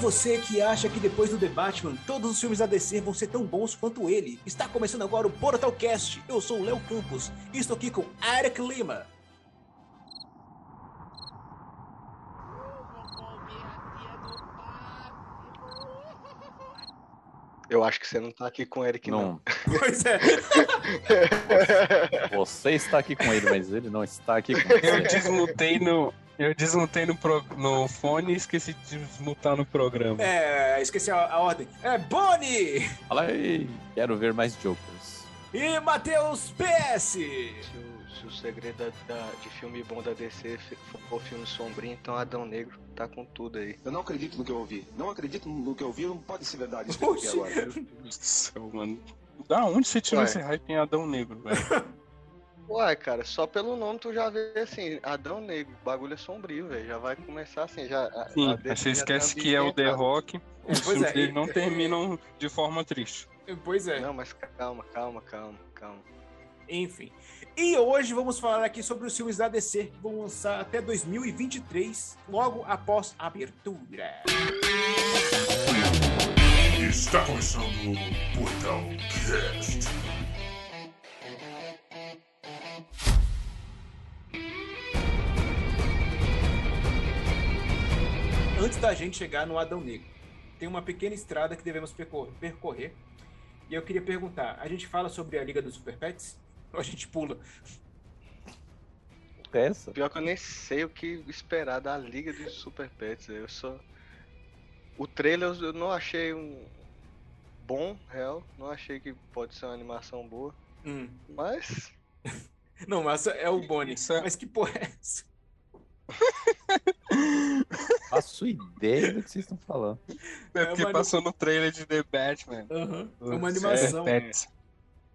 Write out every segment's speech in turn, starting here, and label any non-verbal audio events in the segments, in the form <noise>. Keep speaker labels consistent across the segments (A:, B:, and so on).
A: você que acha que depois do The Batman, todos os filmes da DC vão ser tão bons quanto ele. Está começando agora o Portalcast. Eu sou o Léo Campos e estou aqui com Eric Lima. <laughs>
B: Eu acho que você não tá aqui com o Eric, não.
C: Não,
A: Pois é.
C: você está aqui com ele, mas ele não está aqui com você.
D: Eu desmutei no. Eu desmutei no, pro- no fone e esqueci de desmutar no programa.
A: É, esqueci a, a ordem. É Bonnie
C: Fala aí, quero ver mais Jokers.
A: e Matheus PS.
B: Se o, se o segredo da- da- de filme bom da DC f- for filme sombrio, então Adão Negro tá com tudo aí.
E: Eu não acredito no que eu ouvi. Não acredito no que eu ouvi, não pode ser verdade isso que eu ouvi
A: Oxi.
E: agora.
D: Meu Deus do céu, mano. Da onde você tirou
B: Ué.
D: esse hype em Adão
A: <laughs>
D: Negro, velho?
B: Uai, cara, só pelo nome tu já vê assim, Adão Negro, o bagulho é sombrio, velho. Já vai começar assim, já. a-
D: Sim,
B: a
D: aí
B: DC já
D: você
B: tá
D: esquece que é o The
B: ambientada.
D: Rock,
A: pois
D: os filmes
A: é.
D: dele não terminam de forma triste.
A: Pois é.
B: Não, mas calma, calma, calma, calma.
A: Enfim. E hoje vamos falar aqui sobre os filmes da DC que vão lançar até 2023, logo após a abertura.
F: Está começando o Portal Cast.
A: Antes da gente chegar no Adão Negro, tem uma pequena estrada que devemos percor- percorrer. E eu queria perguntar: a gente fala sobre a Liga dos Super Pets? Ou <laughs> a gente pula?
C: É essa?
B: Pior que eu nem sei o que esperar da Liga dos Super Pets. Eu só. O trailer eu não achei um bom, real. Não achei que pode ser uma animação boa.
A: Hum.
B: Mas.
A: Não, mas é o Bonnie.
D: Isso é-
A: Mas que porra é essa?
C: Faço ideia do que vocês estão falando.
D: É porque
A: mano.
D: passou no trailer de The Batman.
A: É uma animação.
D: Super Pets.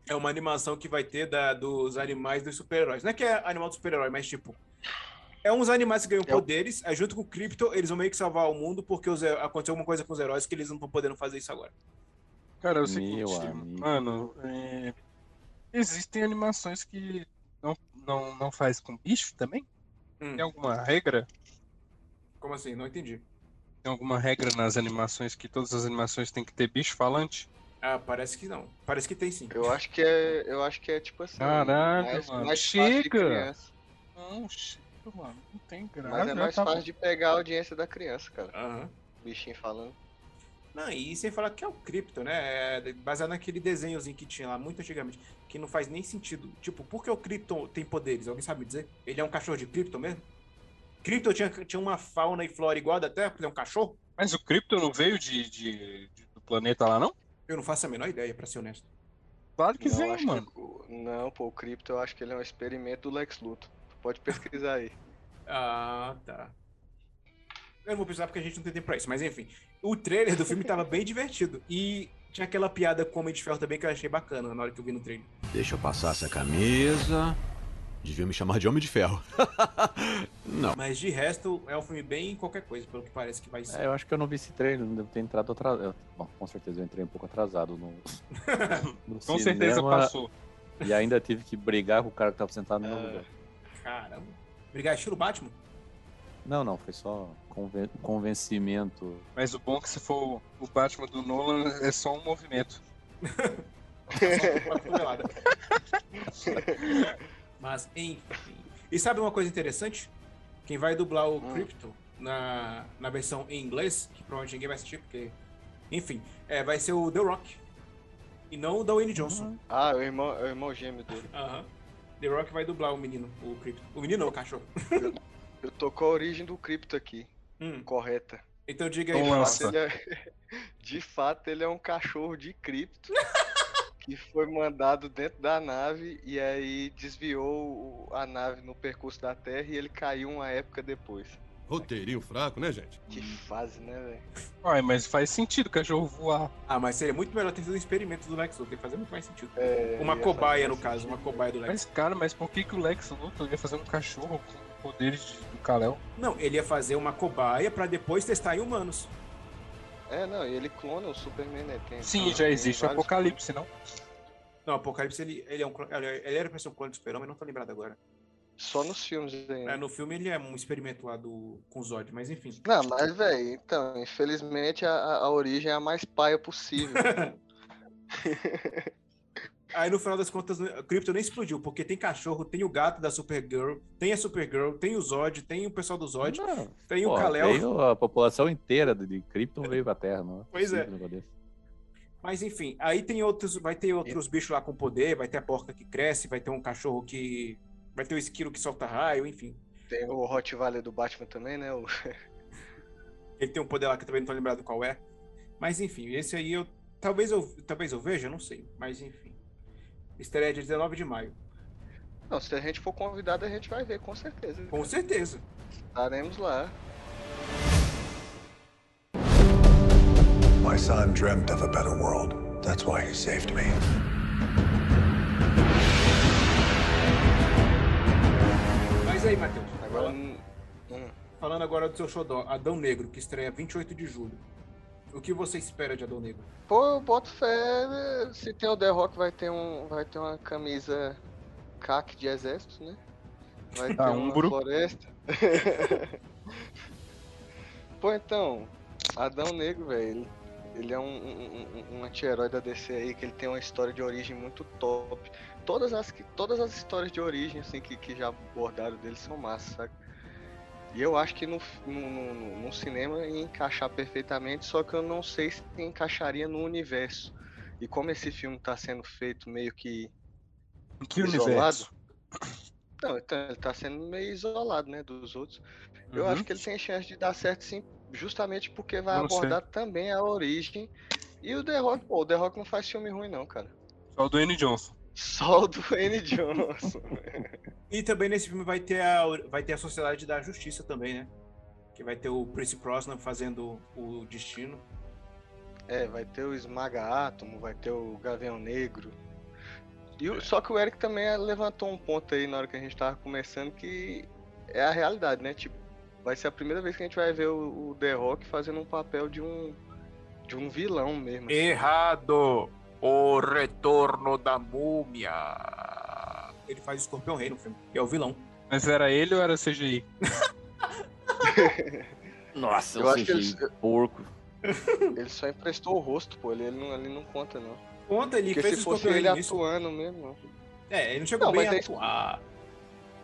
A: É uma animação que vai ter da- dos animais dos super-heróis. Não é que é animal do super-herói, mas tipo. É uns animais que ganham
B: É o-
A: poderes, aí junto com o Crypto, eles vão meio que salvar o mundo porque os he- aconteceu alguma coisa com os heróis que eles não estão podendo fazer isso agora.
D: Cara, é
C: Meu
D: o seguinte,
C: amigo.
D: mano, é, existem animações que não, não, não faz com bicho também?
A: Hum.
D: Tem alguma regra?
A: Como assim? Não entendi.
D: Tem alguma regra nas animações que todas as animações têm que ter bicho falante?
A: Ah, parece que não. Parece que tem sim.
B: Eu acho que é. Eu acho que é tipo assim.
D: Caralho, mano.
B: fácil de
D: Chega!
B: criança.
D: Não, chico, mano, não tem graça.
B: Mas é
D: já
B: mais
D: tá-
B: fácil de pegar a audiência da criança, cara.
A: Aham.
B: Bichinho falando.
A: Não, e sem falar que é o cripto, né? É baseado naquele desenhozinho que tinha lá muito antigamente, que não faz nem sentido. Tipo, por que o cripto tem poderes? Alguém sabe me dizer? Ele é um cachorro de cripto mesmo? Cripto tinha, tinha uma fauna e flora igual a da Terra, porque ele é um cachorro?
D: Mas o Krypton não veio de, de- de- do planeta lá, não?
A: Eu não faço a menor ideia, pra ser honesto.
D: Claro que
B: Não,
D: veio,
B: acho que-
D: mano.
B: Não, pô, o Crypto eu acho que ele é um experimento do Lex Luthor. Pode pesquisar aí. <laughs>
A: Ah, tá. Eu não vou precisar porque a gente não tem tempo pra isso, mas enfim. O trailer do filme tava bem divertido. E tinha aquela piada com o Homem de Ferro também que eu achei bacana na hora que eu vi no trailer.
G: Deixa eu passar essa camisa. Devia me chamar de Homem de Ferro.
A: Mas de resto, é um filme bem qualquer coisa, pelo que parece que vai ser.
C: É, eu acho que eu não vi esse trailer, não devo ter entrado atrasado. Bom, com certeza eu entrei um pouco
A: <laughs>
C: atrasado no, no
D: Com
C: cinema,
D: certeza passou.
C: E ainda tive que brigar com o cara que tava sentado no meu
A: É.
B: Ah.
C: lugar.
A: Caramba. Obrigado, estilo
B: <laughs>
A: Batman. <laughs>
C: Não, não, foi só conven- convencimento.
D: Mas o bom é que se for o Batman do Nolan, é só um movimento.
A: Uma cotovelada. Mas, enfim. E sabe uma coisa interessante? Quem vai dublar o
B: Hum.
A: Crypto na, na versão em inglês, que provavelmente ninguém vai assistir, porque. Enfim, é, vai ser o The Rock. E não o Dwayne Johnson.
B: Ah, o irmão, é o irmão gêmeo dele.
A: Aham. The Rock vai dublar o menino, o Crypto. O menino não, o cachorro.
B: Eu tô com a origem do cripto aqui,
A: Hum.
B: correta.
A: Então diga aí,
D: Então
A: Matheus.
B: Ele
D: lança.
B: é- <laughs> De fato, ele é um cachorro de
D: <laughs>
B: cripto que foi mandado dentro da nave e aí desviou o- a nave no percurso da Terra e ele caiu uma época depois.
F: Roteirinho fraco, né, gente?
B: Que fase, né, velho?
D: Uai, mas faz sentido o cachorro voar.
A: Ah, mas seria muito melhor ter sido um experimento do Lex Luthor, fazer muito mais sentido.
B: É,
A: uma
B: ia
A: cobaia,
B: fazer
A: no
B: sentido.
A: caso, uma cobaia do Lex.
D: Mas, cara, mas por que, que o Lex Luthor ia fazer um cachorro com poderes de- do Kalel?
A: Não, ele ia fazer uma cobaia pra depois testar em humanos.
B: É, não, e ele clona o Superman, né? Tem-
D: Sim,
B: tem
D: já existe o
B: vários-
D: Apocalipse, não?
A: Não, Apocalipse, ele, ele é um clone- ele, ele era pra ser um clone do Super-Homem, não tô lembrado agora.
B: Só nos filmes ainda.
A: É, no filme ele é um experimento lá do, com o Zod, mas enfim.
B: Não, mas, velho, então, infelizmente a, a- a origem é a mais
A: <laughs>
B: paia possível.
A: Aí no final das contas, a Crypto nem explodiu, porque tem cachorro, tem o gato da Supergirl, tem a Supergirl, tem o Zod, tem o pessoal do Zod,
C: Não,
A: tem
C: pô,
A: o Kal-El.
C: veio a população inteira de- de Krypton veio pra Terra, não é?
A: Pois é.
C: possível um negócio desse.
A: Mas enfim, aí tem outros, vai ter outros bichos lá com poder, vai ter a porca que cresce, vai ter um cachorro que. Vai ter o esquilo que solta raio, enfim.
B: Tem o Hot Valley do Batman também, né? O-
A: Ele tem um poder lá que eu também não tô lembrado qual é. Mas enfim, esse aí eu. Talvez eu, talvez eu veja, não sei. Mas enfim. Estreia dia 19 de maio.
B: Não, se a gente for convidado, a gente vai ver, com certeza.
A: Com certeza.
B: Estaremos lá.
H: My son dreamt of a better world. That's why he saved me.
A: Mas aí, Matheus.
B: Agora.
A: falando-
B: hum,
A: Falando agora do seu xodó, Adão Negro, que estreia 28 de julho. O que você espera de Adão Negro?
B: Pô, eu boto fé. né? Se tem o The Rock, vai ter, um, vai ter uma camisa caque de exército, né? Vai ter
D: Ah,
B: uma
D: umbro.
B: floresta. <laughs> Pô, então, Adão Negro, velho. ele- Ele é um, um- um- um anti-herói da DC aí, que ele tem uma história de origem muito top. Todas as, que- todas as histórias de origem, assim, que, que já abordaram dele são massas, saca? E eu acho que no, f- no, no- no- no cinema ia encaixar perfeitamente, só que eu não sei se encaixaria no universo. E como esse filme tá sendo feito meio que.
D: Em que
B: Isolado?
D: universo?
B: Não, então ele tá sendo meio isolado, né, dos outros. Eu
D: Uhum.
B: acho que ele tem chance de dar certo sim, justamente porque vai
D: Não sei.
B: abordar também a origem. E o The Rock, pô, o The Rock não faz filme ruim, não, cara. <laughs>
D: Só o do N. Johnson.
B: Só o do N. Johnson.
A: E também nesse filme vai ter a, vai ter a Sociedade da Justiça também, né? Que vai ter o Prince Brosnan fazendo o Destino.
B: É, vai ter o Esmaga Átomo, vai ter o Gavião Negro. E o- só que o Eric também levantou um ponto aí na hora que a gente tava começando que é a realidade, né? Tipo, vai ser a primeira vez que a gente vai ver o, o The Rock fazendo um papel de um de um vilão mesmo.
A: Errado! O Retorno da Múmia! Ele faz o Escorpião Rei no filme, que é o vilão.
D: Mas era ele ou era CGI?
C: Nossa, um
B: Eu
C: eu
B: acho que
C: achei porco.
B: Ele só emprestou o rosto, pô, ele, ele não, ele não conta não.
A: Conta, ele
B: Porque
A: fez
B: se
A: o
B: fosse
A: Escorpião Rei
B: ele
A: no início.
B: atuando mesmo. não.
A: É, ele não chegou
B: Não,
A: bem
B: mas
A: a
B: é-
A: atuar.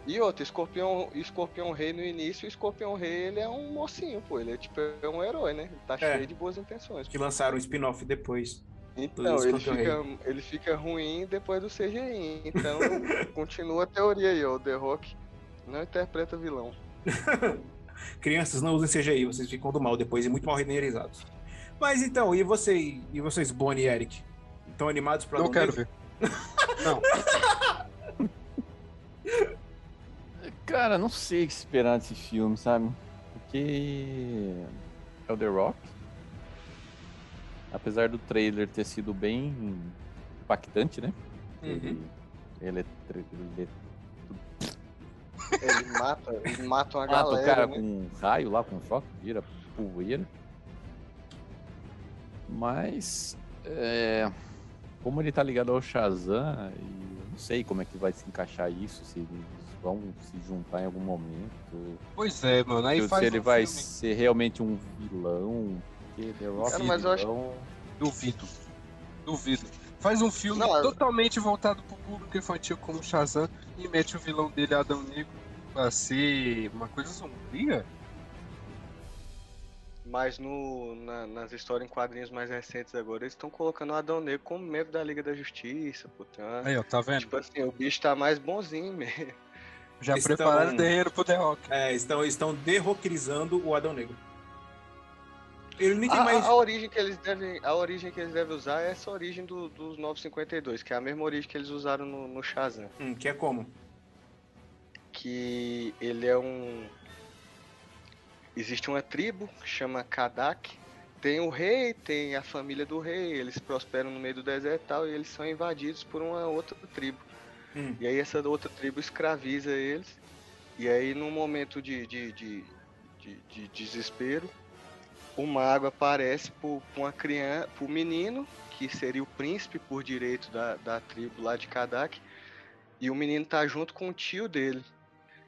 B: E outro, Escorpião, Escorpião Rei no início, o Escorpião Rei ele é um mocinho, pô, ele é tipo é um herói, né? Ele tá cheio de boas intenções.
A: Que lançaram o spin-off depois.
B: Então, ele
A: Scorpion
B: fica, ele fica ruim depois do CGI. Então, continua a teoria aí, ó. O The Rock não interpreta vilão.
A: Crianças não usem CGI, vocês ficam do mal depois e muito mal renderizados. Mas então, e você e vocês, Bonnie e Eric? Estão animados pra
D: Não
A: Adão
D: quero
A: Negro?
D: ver. Não.
C: Cara, não sei o que esperar desse filme, sabe? Porque é o The Rock. Apesar do trailer ter sido bem impactante, né?
A: Uhum.
C: Ele, ele, é tre- ele
B: Ele mata, ele mata uma
C: mata o
B: galera.
C: cara
B: né?
C: com um raio lá, com um choque, vira poeira. Mas, é, como ele tá ligado ao Shazam, e eu não sei como é que vai se encaixar isso, se eles vão se juntar em algum momento.
D: Pois é, mano. Aí
C: se
D: faz
C: ele
D: um
C: vai
D: filme.
C: ser realmente um vilão. Porque The Rock
B: Cara,
C: é
B: mas eu acho-
C: vilão.
D: Duvido. Duvido. Faz um filme
B: Não, eu-
D: totalmente voltado pro público infantil como Shazam e mete o vilão dele, Adão Negro, pra ser uma coisa é? sombria.
B: Mas no, na- nas histórias em quadrinhos mais recentes agora, eles estão colocando o Adão Negro como membro da Liga da Justiça, pô. tem uma-
D: Aí, ó, tá vendo?
B: Tipo assim, o bicho tá mais bonzinho mesmo.
D: Já
A: Estão-
D: prepararam o terreiro pro The Rock.
A: É, estão, estão derroquerizando o Adão Negro. Ele nem tem
B: A, <laughs>
A: mais.
B: a- a origem que eles devem, a origem que eles devem usar é essa origem do, dos 952, que é a mesma origem que eles usaram no, no Shazam.
A: Hum, que é como?
B: que ele é um. Existe uma tribo que chama Kadak. Tem o rei, tem a família do rei, eles prosperam no meio do deserto e tal, e eles são invadidos por uma outra tribo.
A: Hum.
B: E aí essa outra tribo escraviza eles. E aí num momento de, de, de, de- de desespero, o mago aparece por, por uma criança, pro menino, que seria o príncipe por direito da, da tribo lá de Kadak. E o menino tá junto com o tio dele.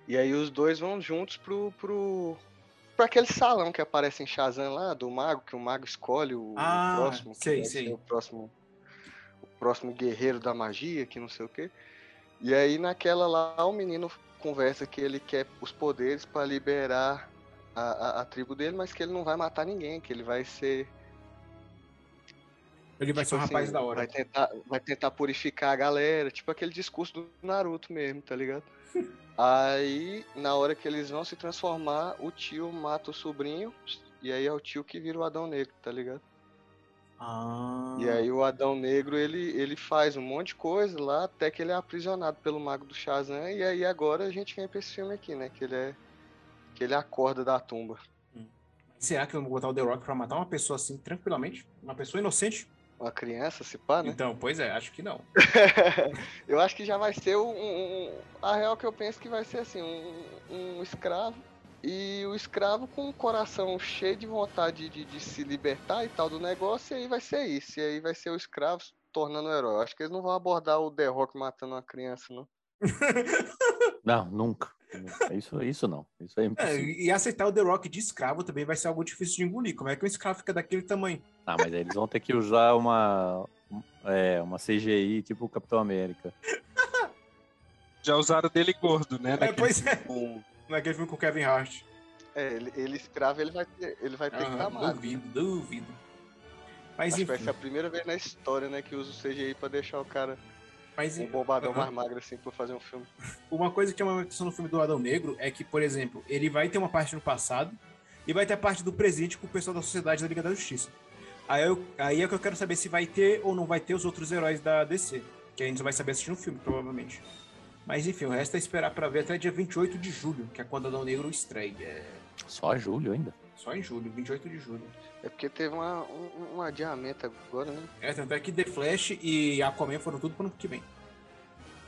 B: E aí os dois vão juntos pro. pro pra aquele salão que aparece em Shazam lá, do mago, que o mago escolhe o, o
A: Ah,
B: próximo. que
A: sei,
B: vai
A: sei.
B: ser O próximo, o próximo guerreiro da magia, que não sei o quê. E aí naquela lá o menino conversa que ele quer os poderes pra liberar a, a- a tribo dele, mas que ele não vai matar ninguém, que ele vai ser.
A: Ele vai
B: tipo
A: ser um
B: assim,
A: rapaz da hora.
B: Vai tentar, vai tentar purificar a galera, tipo aquele discurso do Naruto mesmo,
A: <laughs>
B: tá ligado? aí, na hora que eles vão se transformar, o tio mata o sobrinho, e aí é o tio que vira o Adão Negro, tá ligado?
A: Ah.
B: E aí o Adão Negro, ele, ele faz um monte de coisa lá, até que ele é aprisionado pelo mago do Shazam, e aí agora a gente vem pra esse filme aqui, né? Que ele é. Que ele acorda da tumba.
A: Será que eu vou botar o The Rock pra matar uma pessoa assim tranquilamente? Uma pessoa inocente?
B: Uma criança, se pá, né? Tipo
A: Então, pois é, acho que não.
B: eu acho que já vai ser um, um- um- A real que eu penso que vai ser assim, um, um escravo. E o escravo com o coração cheio de vontade de, de se libertar e tal do negócio, e aí vai ser isso. E aí vai ser o escravo se tornando um herói. Eu acho que eles não vão abordar o The Rock matando uma criança, não.
C: Não, nunca. Isso, isso não. Isso é
B: assim.
A: É,
C: impossível.
A: e aceitar o The Rock de escravo também vai ser algo difícil de engolir. Como é que um escravo fica daquele tamanho?
C: Ah, mas aí eles vão ter que usar uma, é, uma CGI tipo o Capitão América.
D: Já usaram dele gordo, né?
A: É,
D: naquele
A: pois é.
D: filme.
A: Naquele filme com o Kevin Hart.
B: É, ele, ele escravo, ele vai ter, ele vai ter que
A: Aham,
B: estar magro.
A: duvido, duvido. Mas
B: né? Acho que vai
A: enfim,
B: ser a primeira vez na história, né, que usa o CGI pra deixar o cara
A: mas
B: um
A: enfim.
B: bombadão
A: Aham.
B: mais magro assim pra fazer um filme.
A: uma coisa que chama a atenção no filme do Adão Negro é que, por exemplo, ele vai ter uma parte no passado e vai ter a parte do presente com o pessoal da Sociedade da Liga da Justiça. Aí, eu- aí é que eu quero saber se vai ter ou não vai ter os outros heróis da DC, que a gente só vai saber assistir no filme, provavelmente. Mas enfim, o resto é esperar pra ver até dia 28 de julho, que é quando Adão Negro estreia. É
C: Só julho ainda.
A: só em julho, 28 de julho.
B: É porque teve uma, um, um adiamento agora, né?
A: É, tanto é que The Flash e Aquaman foram tudo pro ano que vem.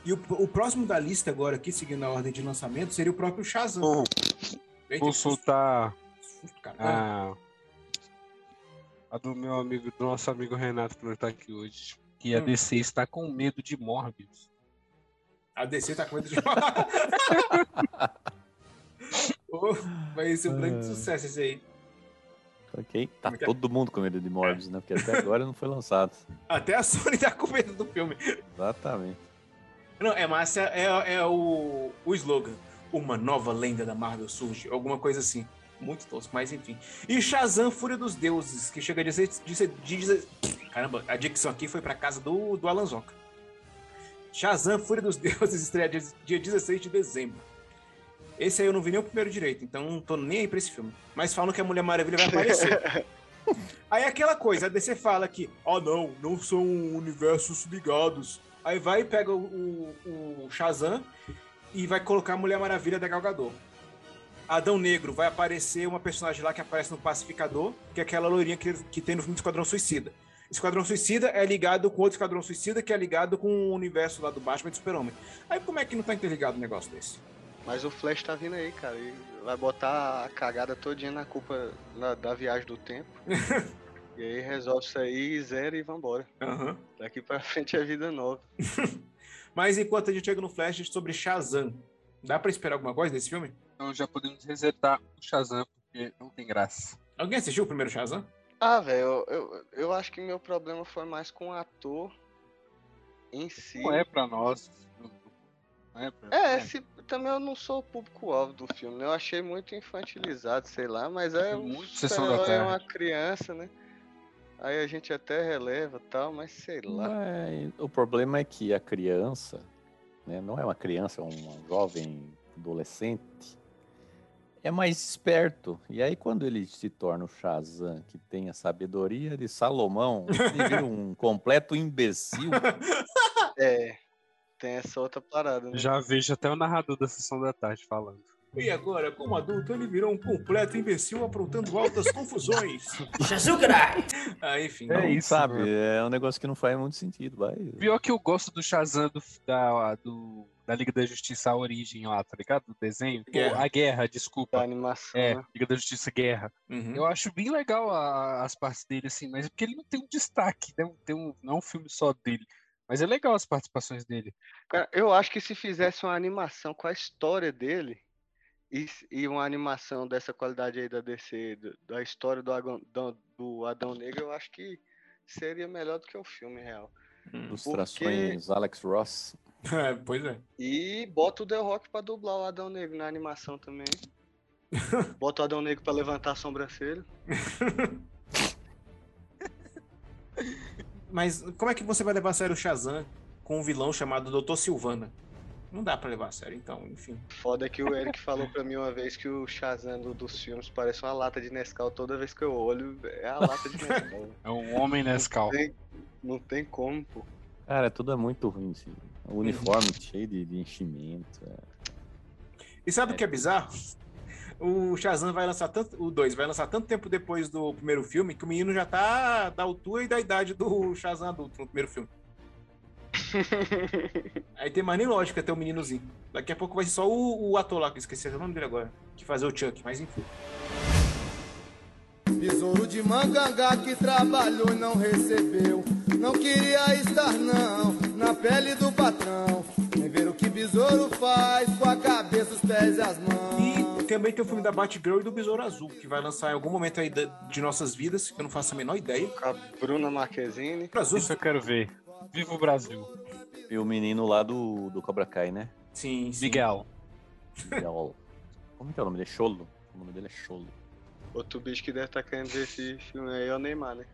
A: E o, o próximo da lista agora aqui, seguindo a ordem de lançamento, seria o próprio Shazam.
D: Vou
A: Eita, que susto,
D: consultar
A: susto, cara. Tá,
D: a. A do meu amigo, do nosso amigo Renato, que não tá aqui hoje. Que a
A: Hum.
D: DC está com medo de Morbius.
A: A DC tá com medo de Ô, <laughs> Vai ser um grande sucesso esse aí.
C: Ok.
D: é
C: Tá
A: Muito-
C: todo mundo com medo de Morbius, né? Porque até agora não foi lançado.
A: Até a Sony tá com medo do filme.
C: Exatamente.
A: Não, é massa, é, é o, o slogan. Uma nova lenda da Marvel surge, alguma coisa assim. Muito tosco, mas enfim. E Shazam, Fúria dos Deuses, que chega de ser. De ser- de ser- caramba, a dicção aqui foi pra casa do, do Alan Zoca. Shazam, Fúria dos <laughs> Deuses, estreia dia, dia 16 de dezembro. Esse aí eu não vi nem o primeiro direito, então não tô nem aí pra esse filme. Mas falam que a Mulher Maravilha vai aparecer. Aí é aquela coisa, a DC fala que, ó não, não são universos ligados. Aí vai e pega o, o, o Shazam e vai colocar a Mulher Maravilha da Galgador. Adão Negro vai aparecer uma personagem lá que aparece no Pacificador, que é aquela loirinha que, que tem no filme do Esquadrão Suicida. Esquadrão Suicida é ligado com outro Esquadrão Suicida, que é ligado com o universo lá do Batman e do Super-Homem. Aí como é que não tá interligado um negócio desse?
B: Mas o Flash tá vindo aí, cara. E vai botar a cagada todinha na culpa na- da viagem do tempo.
D: <laughs>
B: e aí resolve isso aí, zera e vambora.
A: Aham.
B: Daqui pra frente é vida nova.
A: Mas enquanto a gente chega no Flash sobre Shazam, dá pra esperar alguma coisa desse filme?
D: Então já podemos resetar o Shazam, porque não tem graça.
A: Alguém assistiu o primeiro Shazam?
B: Ah, velho, eu, eu, eu acho que meu problema foi mais com o ator em si.
D: Não é pra nós. Não é pra
B: É,
D: é,
B: se- também eu não sou o público-alvo do filme, né? Eu achei muito infantilizado, sei lá, mas é um
D: Muito Sessão da
B: super-herói, é uma
D: Tarde.
B: criança, né? Aí a gente até releva e tal, mas sei lá.
C: Mas o problema é que a criança, né, não é uma criança, é um jovem adolescente, é mais esperto. E aí, quando ele se torna o Shazam, que tem a sabedoria de Salomão, ele vira
D: <laughs>
C: um completo imbecil.
B: É, tem essa outra parada, né?
D: Já vejo até o narrador da Sessão da Tarde falando.
A: E agora, como adulto, ele virou um completo imbecil aprontando altas confusões. <laughs> ah, enfim.
D: É
C: Não,
D: isso,
C: sabe?
D: mano.
C: É um negócio que não faz muito sentido. Vai.
D: Pior que eu gosto do Shazam do, da, do- da Liga da Justiça, a origem lá, tá ligado? Do desenho. Pô,
A: Guerra.
D: a guerra,
B: Da
D: desculpa.
B: animação,
D: É,
B: né?
D: Liga da Justiça Guerra.
A: Uhum.
D: Eu acho bem legal a- as partes dele, assim, mas é porque ele não tem um destaque, né? Não Tem um, não é um filme só dele. Mas é legal as participações dele.
B: Cara, eu acho que se fizesse uma animação com a história dele, E, e uma animação dessa qualidade aí da DC, do- da história do Agão- do- do Adão Negro, eu acho que seria melhor do que o filme real.
C: Ilustrações Alex Ross.
A: É, pois é.
B: E bota o The Rock pra dublar o Adão Negro na animação
D: <laughs>
B: também. Bota o Adão Negro pra levantar a sobrancelha.
A: Mas como é que você vai levar a sério o Shazam com um vilão chamado Dr. Silvana? Não dá pra levar a sério, então, enfim.
B: Foda é que o Eric falou pra mim uma vez que o Shazam do- dos filmes parece uma lata de Nescau. Toda vez que eu olho, é a lata de Nescau.
D: <laughs> É um homem Nescau.
B: Tem- não tem como, pô.
C: Cara, tudo é muito ruim. Assim. O uniforme
D: Uhum.
C: cheio de, de enchimento. é.
A: E sabe o
C: É.
A: que é bizarro? <laughs> O Shazam vai lançar tanto. O 2 vai lançar tanto tempo depois do primeiro filme que o menino já tá da altura e da idade do Shazam adulto no primeiro filme. Aí tem mais nem lógica ter o meninozinho. Daqui a pouco vai ser só o, o ator lá, que eu esqueci o nome dele agora, que fazer o Chuck, mas enfim.
I: Besouro de mangangá que trabalhou e não recebeu. Não queria estar, não, na pele do patrão. Nem ver o que besouro faz com a cabeça, os pés e as mãos.
A: E também tem o filme da Batgirl e do Besouro Azul, que vai lançar em algum momento aí da- de nossas vidas, que eu não faço a menor ideia.
B: Com a Bruna Marquezine.
A: Besouro Azul,
D: Isso é eu quero ver. Viva o Brasil.
C: E o menino lá do, do Cobra Kai, né?
A: sim, sim.
D: Miguel.
C: Miguel. Como que é o nome dele? Cholo. O nome dele é Cholo.
B: Outro bicho que deve estar querendo ver esse filme aí é o Neymar, né?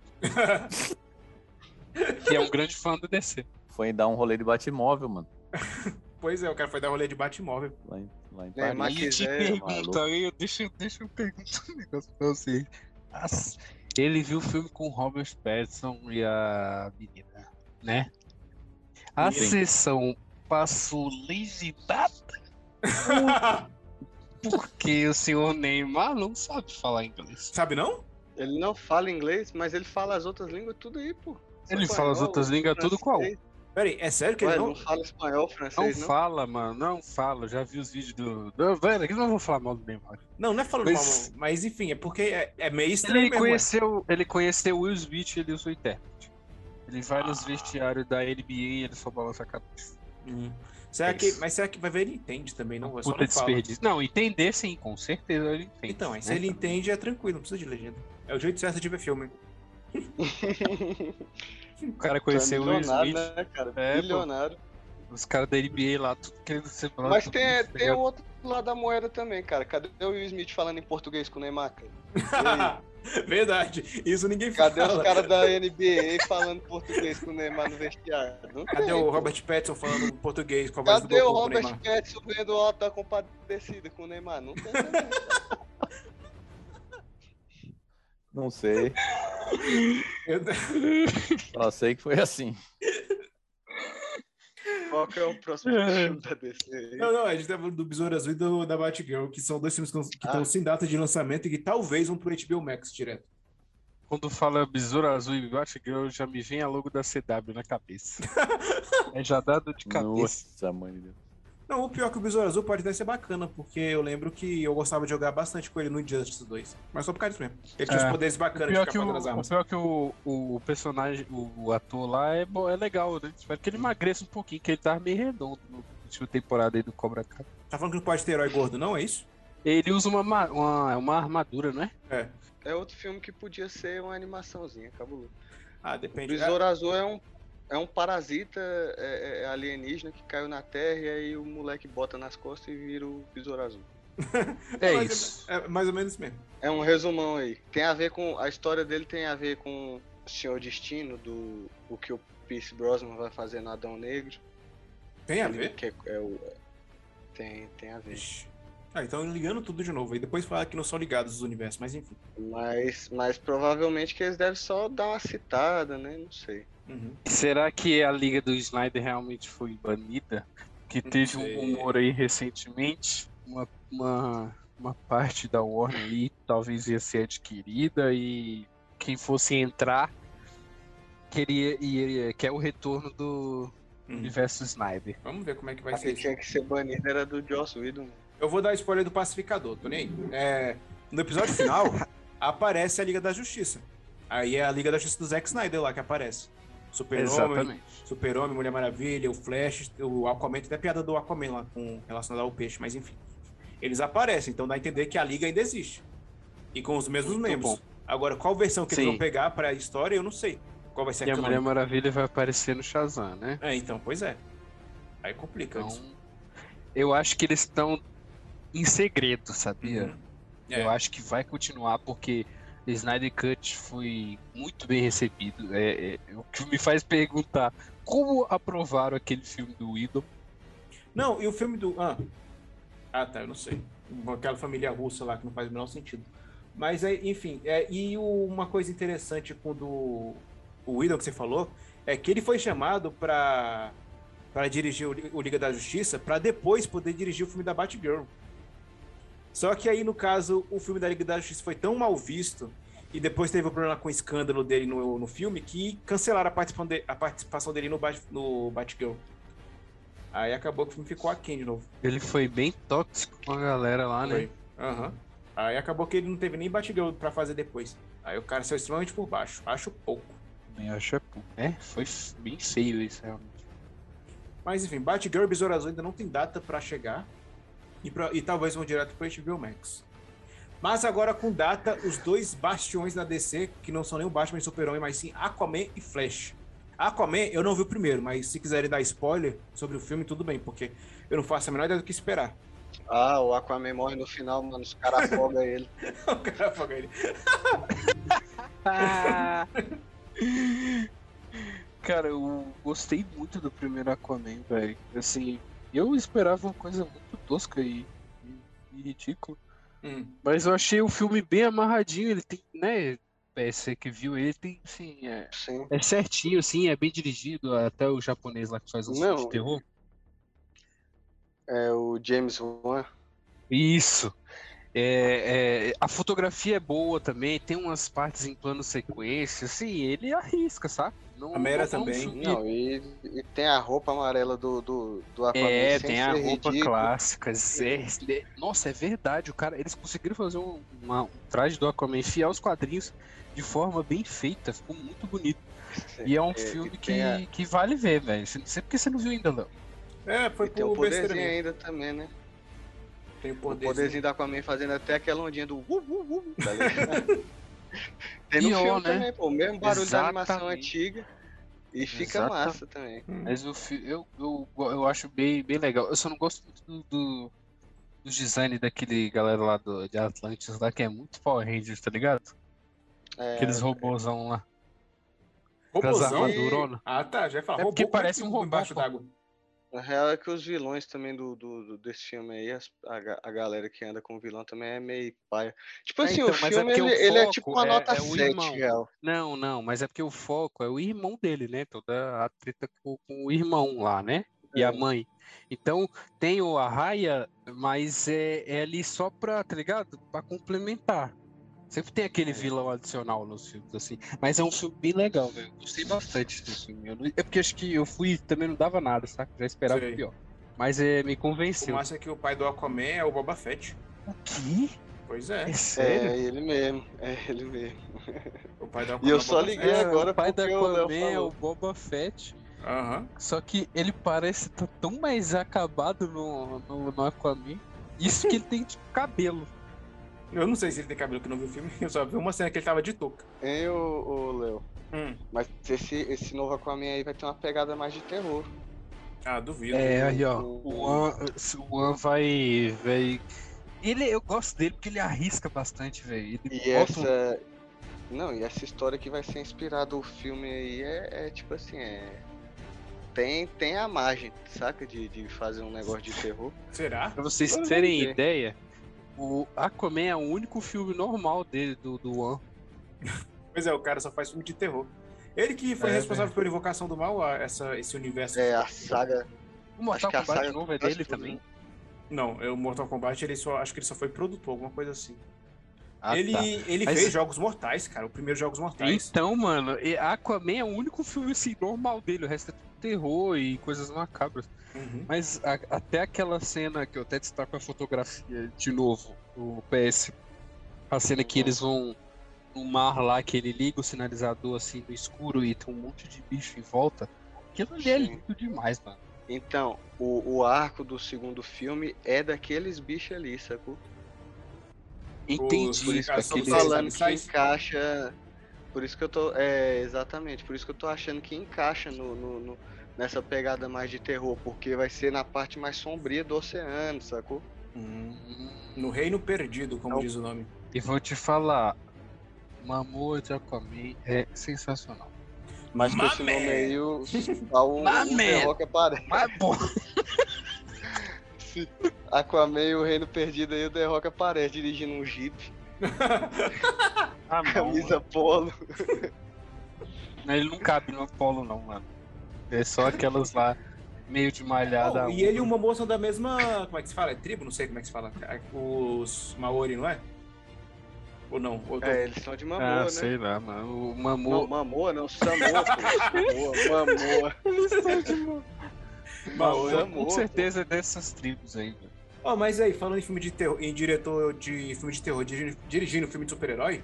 D: Que é um grande fã do DC.
C: Foi dar um rolê de Batmóvel, mano.
A: Pois é, o cara foi dar rolê de Batmóvel.
C: Lá em, lá em
B: Neymar
C: Paris. Tá
D: E de
B: quiser.
D: pergunta aí, Então, eu- deixa, eu- deixa eu perguntar um negócio pra você. As- Ele viu o filme com o Robert Pattinson e a menina, né? A
C: Sim.
D: sessão passou legislada porque o senhor Neymar não sabe falar inglês.
A: <laughs> Sabe não?
B: Ele não fala inglês, mas ele fala as outras línguas tudo aí, pô.
D: Ele fala as
B: Espanhol,
D: outras línguas tudo qual?
B: francês.
A: Peraí, é sério que
B: Ué,
A: ele
B: não...
A: não.
B: fala espanhol,
D: Não
B: francês, não?
D: fala, mano, não fala. Eu já vi os vídeos do. Não, velho, eu não vou falar mal do Neymar.
A: Não, não é falando
D: Mas-
A: mal, não. mas enfim, é porque é, é meio estranho.
D: Ele
A: mesmo,
D: conheceu, ele conheceu Will Smith e ele usou o intérprete. Ele vai nos vestiários da NBA e ele só balança a cabeça.
A: é. Hum. Será que, mas será que vai ver ele entende também, não? Só
D: Puta
A: não fala.
D: desperdício. Não, entender sim, com certeza ele entende.
A: Então, aí se
D: né?
A: ele entende, é tranquilo, não precisa de legenda. É o jeito certo de ver filme.
B: <laughs>
D: O cara conheceu o Will
B: milionário,
D: Smith,
B: né, cara?
D: É, pô.
B: Milionário.
D: os caras da NBA lá, tudo querendo ser brother.
B: Mas
D: tudo tá
B: tem,
D: querendo ser
B: tem um- o
D: brother.
B: outro lado da moeda também, cara. Cadê o Will Smith falando em português com o Neymar,
D: <laughs>
B: cara? E aí?
A: <laughs> Verdade. Isso ninguém
B: Cadê
A: fala.
B: os caras da NBA falando português com o Neymar no vestiário? Não
A: Cadê
B: tem,
A: o
B: pô.
A: Robert Pattinson falando português com a voz
B: Cadê
A: do
B: o
A: Goku pro
B: Robert
A: Neymar?
B: Pattinson vendo o Alta Compadecida com o Neymar? Não tem também.
C: Não sei.
A: Eu-
C: Só sei que foi assim.
B: Qual que é o próximo filme da DC? aí?
A: Não, não, a gente tá falando do Besouro Azul e do, da Batgirl, que são dois filmes que
B: Ah.
A: estão sem data de lançamento e que talvez vão pro HBO Max direto.
D: Quando fala besouro azul e Batgirl, já me vem a logo da CW
B: <laughs>
D: na cabeça. é já dá dor de cabeça.
C: Nossa, mãe de Deus.
A: Não, o pior é que o Besouro Azul pode até ser bacana, porque eu lembro que eu gostava de jogar bastante com ele no Injustice 2. Mas só por causa disso mesmo. Ele tinha
D: É.
A: os poderes
D: O
A: bacanas de
D: pior,
A: ficar
D: que o,
A: fazendo as
D: o
A: armas.
D: pior que o, o personagem, o, o ator lá é, bo- é legal, né? Espero que ele emagreça um pouquinho, que ele tava meio redondo na última temporada aí do Cobra Kai.
A: Tá falando que não pode ter herói gordo, não? É isso?
D: Ele usa uma, ma- uma, uma armadura, não é?
A: É.
B: É outro filme que podia ser uma animaçãozinha, acabou.
A: Ah,
B: O
A: depende.
B: Besouro Azul é um, é um parasita é- é alienígena que caiu na Terra e aí o moleque bota nas costas e vira o Besouro Azul.
A: É,
D: É
A: mais
D: isso.
A: É, é mais ou menos isso mesmo.
B: É um resumão aí. Tem a ver com. A história dele tem a ver com o Senhor Destino, do o que o Pierce Brosnan vai fazer no Adão Negro.
A: Tem a
B: Ele-
A: ver?
B: que é- é o- tem, tem a ver.
A: Ixi. Ah, então ligando tudo de novo. E depois falar que não são ligados os universos, mas enfim.
B: Mas, mas provavelmente que eles devem só dar uma citada, né? Não sei.
A: Uhum.
D: Será que a liga do Snyder realmente foi banida? Que
A: Não
D: teve
A: sei.
D: um rumor aí recentemente, uma, uma, uma parte da Warner aí talvez ia ser adquirida e quem fosse entrar queria ia, quer o retorno do
A: Uhum.
D: universo Snyder.
A: Vamos ver como é que vai
B: A
A: ser
B: que
A: isso.
B: Ah, tinha que ser banido era do Joss Whedon.
A: Eu vou dar spoiler do pacificador, tô nem aí. É, no episódio final, aparece a Liga da Justiça. Aí é a Liga da Justiça do Zack Snyder lá que aparece. Super-Homem, Super-Homem, Mulher Maravilha, o Flash, o Aquaman, tem até piada do Aquaman lá com relacionado ao peixe, mas enfim. eles aparecem. Então dá a entender que a liga ainda existe. E com os mesmos
D: Muito
A: membros.
D: bom.
A: Agora, qual versão que eles
D: Sim.
A: vão pegar pra história, eu não sei. Qual vai ser
D: E a
A: canônica.
D: Mulher Maravilha vai aparecer no Shazam, né?
A: É, então, pois é. Aí complica
D: Então,
A: isso.
D: eu acho que eles estão em segredo, sabia?
A: É.
D: Eu acho que vai continuar porque Snyder Cut foi muito bem recebido. É, é, o que me faz perguntar como aprovaram aquele filme do Idol.
A: Não, e o filme do. Ah, ah tá, eu não sei. Aquela família russa lá que não faz o menor sentido. Mas, é, enfim, é, e o- uma coisa interessante com o do. O Whedon que você falou é que ele foi chamado pra, pra dirigir o, Li- o Liga da Justiça pra depois poder dirigir o filme da Batgirl. Só que aí, no caso, o filme da Liga da Justiça foi tão mal visto e depois teve o problema com o escândalo dele no, no filme que cancelaram a participação, de- a participação dele no, Bat- no Batgirl. Aí acabou que o filme ficou aquém de novo.
D: Ele foi bem tóxico com a galera lá, né?
A: Foi. Aham. Aí acabou que ele não teve nem Batgirl pra fazer depois. Aí o cara saiu extremamente por baixo. Acho pouco.
D: Eu acho é, pu- é, foi f- bem feio isso, realmente.
A: Mas enfim, Batgirl e Besouro Azul ainda não tem data pra chegar. E, pra- e talvez vão direto pro HBO Max. Mas agora com data, os dois bastiões da DC, que não são nem o Batman e Super-Homem, mas sim Aquaman e Flash. Aquaman, eu não vi o primeiro, mas se quiserem dar spoiler sobre o filme, tudo bem, porque eu não faço a menor ideia do que esperar. <laughs>
B: Ah, o Aquaman morre no final, mano. Os caras afogam <laughs> ele.
A: o cara apaga ele.
D: Cara, eu gostei muito do primeiro Aquaman, velho. Assim, eu esperava uma coisa muito tosca e, e- e ridícula.
A: Hum.
D: Mas eu achei o filme bem amarradinho, ele tem, né? É, você que viu ele tem, assim, é,
B: Sim.
D: é certinho, assim, é bem dirigido, até o japonês lá que faz um filme de
B: Não.
D: terror.
B: É o James Wan.
D: Isso. É, é, a fotografia é boa também, tem umas partes em plano sequência, assim, ele arrisca, sabe? Não,
A: A Mera
D: não é um
A: também.
D: filme-
B: Não, e, e tem a roupa amarela do, do, do Aquaman.
D: É,
B: sem
D: tem a
B: ser
D: roupa
B: ridículo.
D: clássica. Zé, né? nossa, é verdade. O cara, eles conseguiram fazer um, uma- um traje do Aquaman, enfiar os quadrinhos de forma bem feita. Ficou muito bonito. E é um filme
B: e
D: que,
B: tem a-
D: que vale ver, velho. Você- Não sei porque você não viu ainda, não.
A: É, foi
B: E tem o
A: por besteira.
B: poderzinho
A: mesmo.
B: ainda também, né?
A: Tem o
B: O
A: poderzinho.
B: poderzinho da Aquaman fazendo até aquela ondinha do uh, uh, uh, tá ligado?
D: <laughs>
B: Tem no
D: Pior,
B: filme
D: né?
B: também, pô, o mesmo barulho da animação
D: Exatamente.
B: antiga. E fica
D: Exata-
B: massa também.
D: Mas o fi- eu, eu, eu acho bem, bem legal. Eu só não gosto muito do, do, dos design daquele galera lá do, de Atlantis lá, que é muito Power Rangers, tá ligado?
B: É,
D: Aqueles robôzão lá. Aquelas
A: Robôzão?
D: armadurona.
A: Ah, tá, já ia falar.
D: É porque
A: robô, como
D: parece
A: que
D: um robô,
A: embaixo
D: pô.
A: d'água.
B: na real é que os vilões também do, do, do- desse filme aí, as- a, ga- a galera que anda com o vilão também é meio paia. Tipo
D: É,
B: assim,
D: então,
B: o
D: mas é
B: filme
D: porque o
B: ele, ele é
D: foco
B: tipo uma
D: é-
B: nota
D: é o
B: 7,
D: irmão.
B: real.
D: Não, não, mas é porque o foco é o irmão dele, né? Toda a treta com, com o irmão lá, né? E a mãe. Então tem o Arraia, mas é, é ali só pra, tá ligado? Pra complementar. Sempre tem aquele vilão adicional nos filmes, assim. Mas é um filme bem legal, velho. Eu Gostei bastante desse filme. Eu não- É porque acho que eu fui também não dava nada, saca? Já esperava
A: Sei.
D: o pior. Mas é, me
A: O
D: convenceu.
A: massa é que o pai do Aquaman é o Boba Fett.
D: O quê?
A: Pois é,
D: É sério?
B: É ele mesmo, é ele mesmo.
A: o pai do Aquaman
B: E
A: é o
B: eu só
A: Boba
B: liguei
A: Fett.
B: agora
D: o pai da
B: porque o Léo
D: Aquaman é o
B: falou.
D: Boba Fett.
A: Aham.
D: Só que ele parece tá tão mais acabado no, no, no Aquaman. Isso que ele tem tipo cabelo.
A: Eu não sei se ele tem cabelo que eu não viu o filme, <laughs> eu só vi uma cena que ele tava de touca.
B: Hein, ô, ô Léo?
A: Hum.
B: Mas esse, esse novo Aquaman aí vai ter uma pegada mais de terror.
A: Ah, duvido.
D: É, aí ó. O An, o An vai, vai. Ele, eu gosto dele porque ele arrisca bastante, velho. Ele
B: E
D: bota um-
B: essa. Não, e essa história que vai ser inspirada o filme aí é, é tipo assim, é. Tem, tem a margem, saca? De, de fazer um negócio de terror.
A: Será?
D: Pra vocês
B: Eu não
D: terem
B: sei.
D: ideia, o Aquaman é o único filme normal dele, do, do An.
A: Pois é, o cara só faz filme de terror. Ele que foi
D: É,
A: responsável pela invocação do mal, a- essa, esse universo.
B: né? É, a saga.
D: O Mortal
B: que a
D: Kombat
B: saga
D: novo é
B: quase
D: dele
B: tudo,
D: também.
B: né?
A: Não, é o Mortal Kombat, ele só, acho que ele só foi produtor, alguma coisa assim.
D: Ah,
A: ele
D: tá.
A: ele
D: Mas-
A: fez Jogos Mortais, cara, o primeiro Jogos Mortais.
D: Então, mano, e Aquaman é o único filme assim, normal dele. O resto é tudo terror e coisas macabras.
A: Uhum.
D: Mas a- até aquela cena que eu até destaco a fotografia de novo, o PS. A cena que eles vão no mar lá, que ele liga o sinalizador assim no escuro e tem um monte de bicho em volta. Aquilo ali é
B: Sim.
D: lindo demais, mano.
B: Então, o, o arco do segundo filme é daqueles bichos ali, sacou?
D: Entendi.
A: Os- os-
D: aquele-
A: Eles-
B: Falando
A: eles
B: que
A: saem-
B: encaixa. Por isso que eu tô. É, exatamente. Por isso que eu tô achando que encaixa no, no- no- nessa pegada mais de terror, porque vai ser na parte mais sombria do oceano, sacou?
D: Hum,
A: Uhum. No Reino Perdido, como
B: Não.
A: diz o nome.
D: E vou te falar, Mamor de Aquaman é sensacional.
B: Mas com esse
A: Mamé!
B: nome aí, o, tá o, o
D: Mamé!
B: The Rock aparece.
D: Mas, bom,
B: Aquaman e o Reino Perdido aí, o The Rock aparece dirigindo um jeep,
D: ah, não,
B: camisa polo.
D: mano. ele não cabe no Apollo não, mano. É só aquelas lá, meio de malhada. um-
A: Oh, e
B: um.
D: a outra.
A: ele e uma moça da mesma. Como é que se fala? É tribo? Não sei como é que se fala. É, Os Maori, não é? Ou não? Ou eu tô-
B: É, eles são de
D: Ah,
B: Mamor, né?
D: sei lá, mano.
B: Não,
D: O <laughs> Mamor...
B: Mamor não, Samor, pô. Samor, Mamor.
A: Maori.
B: Mamor,
D: Com
B: pô.
D: certeza é dessas tribos aí, velho.
A: Ó, mas aí, falando em filme de terror, em diretor de filme de terror diri- dirigindo filme de super-herói,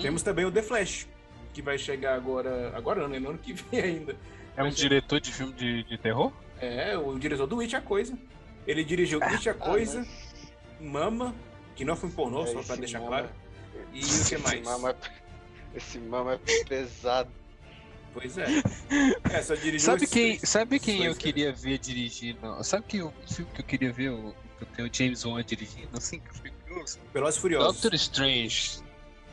A: temos também o The Flash, que vai chegar agora. Agora não, né? No ano que vem ainda.
D: É um diretor de filme de, de terror?
A: É, o diretor do It a Coisa. Ele dirigiu It é a
B: Ah,
A: Coisa,
B: mas-
A: Mama, que não foi um pornô,
B: É,
A: só pra
B: esse
A: deixar
B: Mama-
A: claro. E o que
B: Esse
A: mais?
B: mama, esse mama é pesado.
A: Pois
B: <laughs>
A: é. É, só dirigiu
D: Sabe
A: esses
D: quem,
A: três-
D: sabe
A: esses
D: quem eu
A: dois né? filmes.
D: queria ver dirigindo? Sabe que o filme que eu queria ver, o, que eu tenho o James Wan dirigindo, assim, que eu fico curioso?
A: Velozes e Furiosos.
D: Doctor Strange.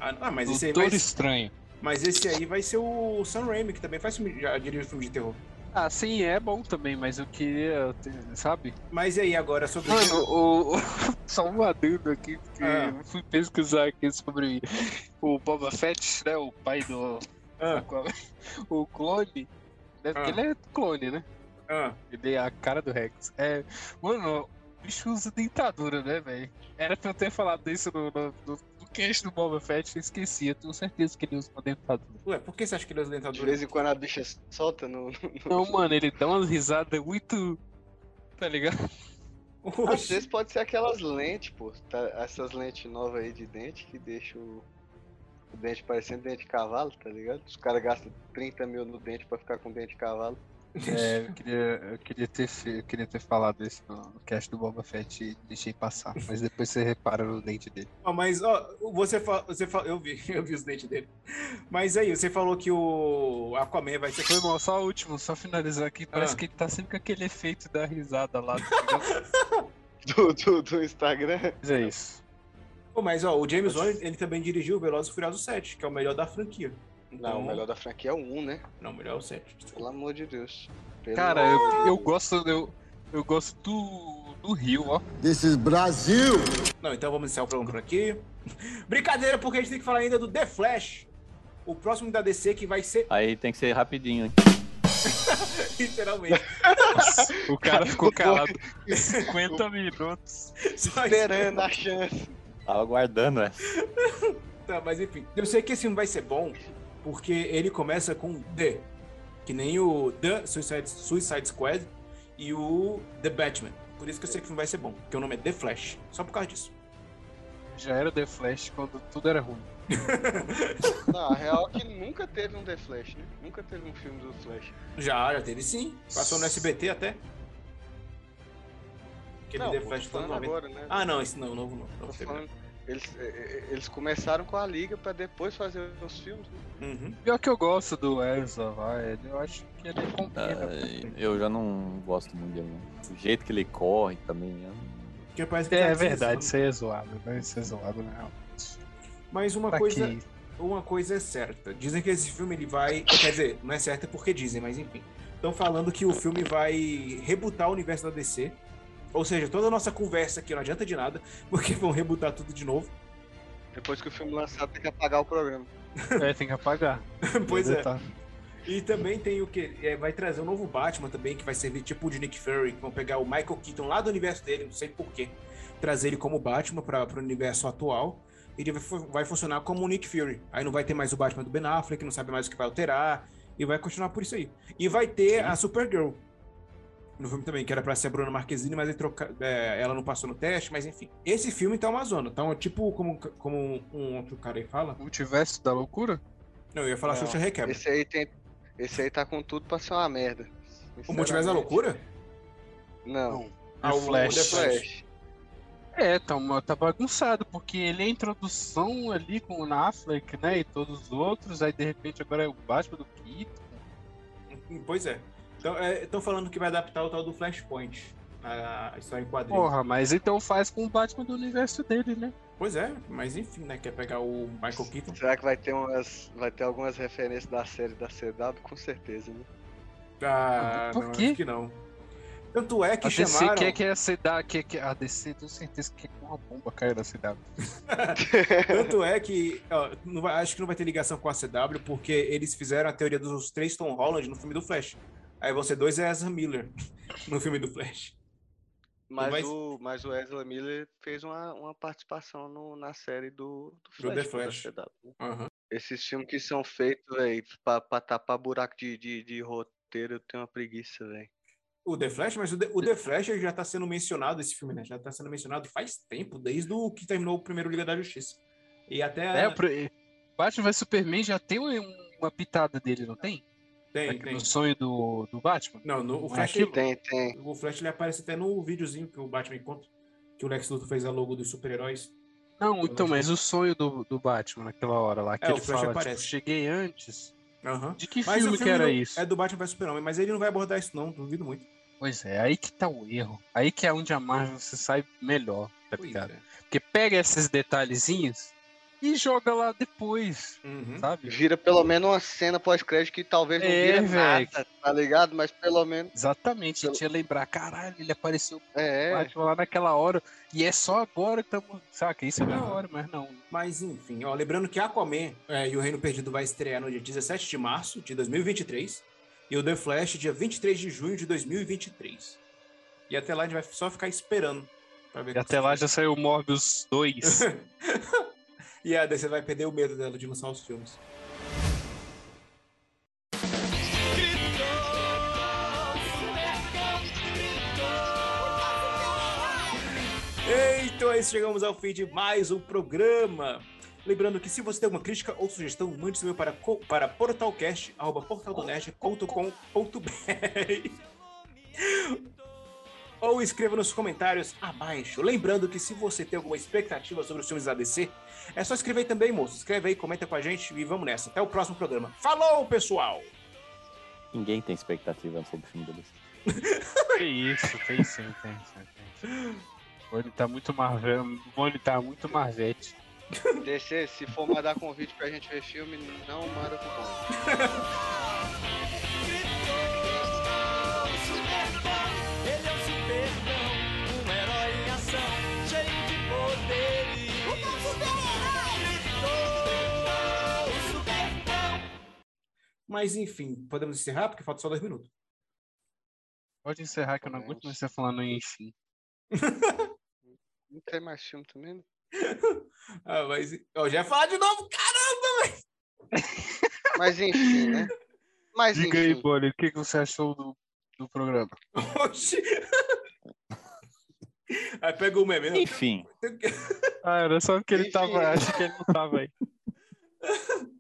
A: Ah, ah, mas esse aí
D: Doutor
A: vai,
D: Estranho.
A: mas esse aí vai ser o Sam Raimi, que também faz filme, já dirigiu filme de terror.
D: Ah, sim, é bom também, mas eu queria, ter- sabe?
A: Mas e aí, agora sobre o
D: Mano, <laughs> o, o- só um adendo aqui, porque
A: Ah.
D: eu fui pesquisar aqui sobre o Boba Fett, né? O pai do
A: Ah,
D: Aquaman. O clone. Deve
A: Ah.
D: que ele é clone, né?
A: ah.
D: Ele é a cara do Rex. É, mano, o bicho usa dentadura, né, velho? Era pra eu ter falado isso no, no, no, no cast do Boba Fett, eu esqueci. Eu tenho certeza que ele usa uma dentadura.
A: Ué, por que você acha que ele é usa
B: De
A: dentadura?
B: vez
A: <laughs>
B: em quando a bicha solta no.
D: <laughs> Não, Então, mano, ele dá umas risadas muito. Tá ligado?
B: Às
A: Oxi.
B: vezes pode ser aquelas lentes, pô. tá- essas lentes novas aí de dente que deixam o, o dente parecendo dente de cavalo, tá ligado? Os caras gastam 30 mil no dente pra ficar com dente de cavalo. <laughs>
D: <laughs> É, eu queria, eu queria, ter, fe- eu queria ter falado isso no, no cast do Boba Fett e deixei passar. Mas depois você repara no dente dele.
A: Ó, mas, ó, você falou. Você fa... Eu vi, <laughs> eu vi os dentes dele. Mas aí, você falou que o Aquaman vai ser.
D: Foi mal, só o último, só finalizar aqui. Parece
A: Ah.
D: que ele tá sempre com aquele efeito da risada lá. Tá ligado?
B: Do, do, do Instagram.
D: Mas é isso.
A: Pô, Mas, ó, o James Wan, ele também dirigiu o Velozes e Furiosos 7, que é o melhor da franquia.
B: Não,
A: Então,
B: o melhor da franquia é o 1, né?
A: Não, o melhor é o 7. desculpa.
B: Pelo amor de Deus. Pelo
D: Cara,
B: amor de
D: eu, eu
B: Deus.
D: gosto. Eu, eu gosto do, do Rio, ó.
I: This is Brasil!
A: Não, então vamos iniciar o programa por aqui. <laughs> Brincadeira, porque a gente tem que falar ainda do The Flash. O próximo da DC que vai ser, <laughs>
C: Aí tem que ser rapidinho. hein?
A: literalmente.
D: O
A: <laughs>
D: cara ficou calado
B: Doido,
D: 50 minutos.
A: só isso.
B: Esperando a chance.
C: Tava aguardando essa.
A: Tá, mas enfim. Eu sei que esse filme vai ser bom, porque ele começa com The. Que nem o The Suicide, Suicide Squad e o The Batman. Por isso que eu sei que o filme vai ser bom, porque o nome é The Flash. Só por causa disso.
D: Já era o The Flash quando tudo era ruim.
B: Não, a real é que nunca teve um The Flash, né? Nunca teve um filme do Flash.
A: Já, já teve sim. Passou no SBT até. Aquele
B: não,
A: The
B: pô,
A: Flash
B: tô
A: todo
B: falando
A: 90.
B: agora, né?
A: Ah, não, esse não, novo não.
B: Tô
A: Novo teve, não.
B: falando, eles, eh, eh, eles começaram com a Liga pra depois fazer os filmes. né?
A: Uhum.
D: Pior que eu gosto do Ezra, vai. Eu acho que ele é combina.
C: Ai, Eu já não gosto muito dele. não. O jeito que ele corre também. eu não-
A: Porque parece que tá
D: É,
A: já
D: é
A: tinha
D: verdade,
A: esse
D: isso aí é zoado, né? Isso é zoado, né?
A: nome. Mas uma
D: Pra
A: coisa,
D: quê?
A: uma coisa é certa. Dizem que esse filme ele vai. Quer dizer, não é certa porque dizem, mas enfim. Estão falando que o filme vai rebutar o universo da DC. Ou seja, toda a nossa conversa aqui não adianta de nada, <laughs> porque vão rebutar tudo de novo. <laughs>
B: Depois que o filme lançar, tem que apagar o programa.
D: É, tem que apagar.
A: pois é.
D: Tá.
A: E também tem o que? vai trazer um novo Batman também, que vai servir tipo o de Nick Fury. que Vão pegar o Michael Keaton lá do universo dele, não sei porquê. Trazer ele como Batman para o universo atual. E ele vai, fu- vai funcionar como o Nick Fury. Aí não vai ter mais o Batman do Ben Affleck, não sabe mais o que vai alterar. E vai continuar por isso aí. E vai ter a Supergirl. No filme também, que era pra ser a Bruna Marquezine, mas ele troca... é, ela não passou no teste, mas enfim. Esse filme tá uma zona. Tá um, tipo como, como um, um outro cara aí fala.
D: Multiverso da loucura?
A: Não, eu ia falar
B: Não,
A: Xuxa Requebra.
B: Esse aí tem. Esse aí tá com tudo pra ser uma merda.
A: O Multiverso da Loucura?
B: Não.
A: Ah, o
D: Flash.
B: The Flash.
D: É, tá, uma- tá bagunçado, porque ele é a introdução ali com o Affleck, né? E todos os outros, aí de repente agora é o Batman do Keaton.
A: Pois é. Estão falando que vai adaptar o tal do Flashpoint. A a história em quadrinhos.
D: Porra, mas então faz com o Batman do universo dele, né?
A: Pois é, mas enfim, né? Quer pegar o Michael Keaton?
B: Será que vai ter umas. Vai ter algumas referências da série da CW? Com certeza, né?
A: Ah,
D: Por
A: não,
D: quê?
A: acho que não. Tanto é que
D: a DC
A: chamaram.
D: quer que a CW, quer que a DC, tenho certeza que quer que uma bomba caia na CW.
A: Tanto é que ó, não vai- acho que não vai ter ligação com a CW, porque eles fizeram a teoria dos três Tom Holland no filme do Flash. Aí você dois é Ezra Miller <laughs> no filme do Flash.
B: Mas,
A: Mas-
B: O, mas o Ezra Miller fez uma, uma participação no- na série do, do Flash.
A: The
B: pô,
A: Flash.
B: Da CW.
A: Aham.
B: Esses filmes que são feitos, velho, pra, pra tapar buraco de, de, de roteiro, eu tenho uma preguiça, velho.
A: O The Flash, mas o The, o The Flash já tá sendo mencionado, esse filme, né? Já tá sendo mencionado faz tempo, desde o que terminou o primeiro Liga da Justiça. E até.
D: É, o pre- Batman vs Superman já tem um- uma pitada dele, não tem?
A: tem,
D: Aqui
A: tem.
D: No sonho do, do Batman.
A: Não, no, o
D: Não é
A: Flash.
D: aquilo?
B: Tem, tem.
A: O Flash ele aparece até no videozinho que o Batman conta, que o Lex Luthor fez a logo dos super-heróis.
D: Não, então, mas o sonho do, do Batman naquela hora lá, que
A: É, o
D: ele
A: Flash
D: fala, tipo,
A: aparece.
D: cheguei antes.
A: Aham.
D: De que
A: Mas
D: filme,
A: o
D: que era
A: não-
D: isso?
A: É do Batman vs Superman, mas ele não vai abordar isso, não, duvido muito.
D: Pois é, aí que tá o erro. Aí que é onde a Marvel se sai melhor, tá
A: Pois
D: ligado?
A: é.
D: Porque pega esses detalhezinhos e joga lá depois,
A: Uhum.
D: sabe?
B: Vira pelo menos uma cena pós-crédito que talvez não
D: É,
B: vira
D: véi.
B: nada, tá ligado? Mas pelo menos.
D: Exatamente, a
B: Pelo-
D: gente ia lembrar, caralho, ele apareceu
B: É, é.
D: Batman lá naquela hora, e é só agora que estamos. Saca, isso é da
A: Aham.
D: hora, mas não.
A: Mas enfim, ó, lembrando que Aquaman é, e o Reino Perdido vai estrear no dia 17 de março de 2023 e o The Flash dia 23 de junho de 2023. E até lá a gente vai só ficar esperando pra ver.
D: E até lá já saiu o Morbius 2.
A: E a DC vai perder o medo dela de lançar os filmes. Ei, Então é isso, chegamos ao fim de mais um programa. Lembrando que se você tem alguma crítica ou sugestão, mande seu e-mail para, co- para portalcast, arroba portaldonest.com.br ou escreva nos comentários abaixo. Lembrando que se você tem alguma expectativa sobre os filmes da DC, é só escrever aí também, moço. Escreve aí, comenta com a gente e vamos nessa. Até o próximo programa. Falou, pessoal!
C: Ninguém tem expectativa sobre o filme do DC.
D: <laughs> Que isso, tem sim, tem sim, tem sim. O Boni tá muito Marvel, o Boni tá muito Marvete.
B: DC, se for mandar convite pra gente ver filme, não manda convite.
A: Mas enfim, podemos encerrar porque falta só dois minutos.
D: Pode encerrar que eu não aguento mais você falando em enfim.
B: Não tem mais filme também? né?
A: Ah, mas eu já ia falar de novo, <laughs> caramba!
B: Mas enfim, né? Mas
D: Diga aí,
B: enfim.
D: Boni, o que, que você achou do, do programa?
A: Oxi! Aí pega o meme. né?
C: Enfim.
D: Ah, era só porque ele
B: Enfim.
D: tava. Acho que ele não tava aí.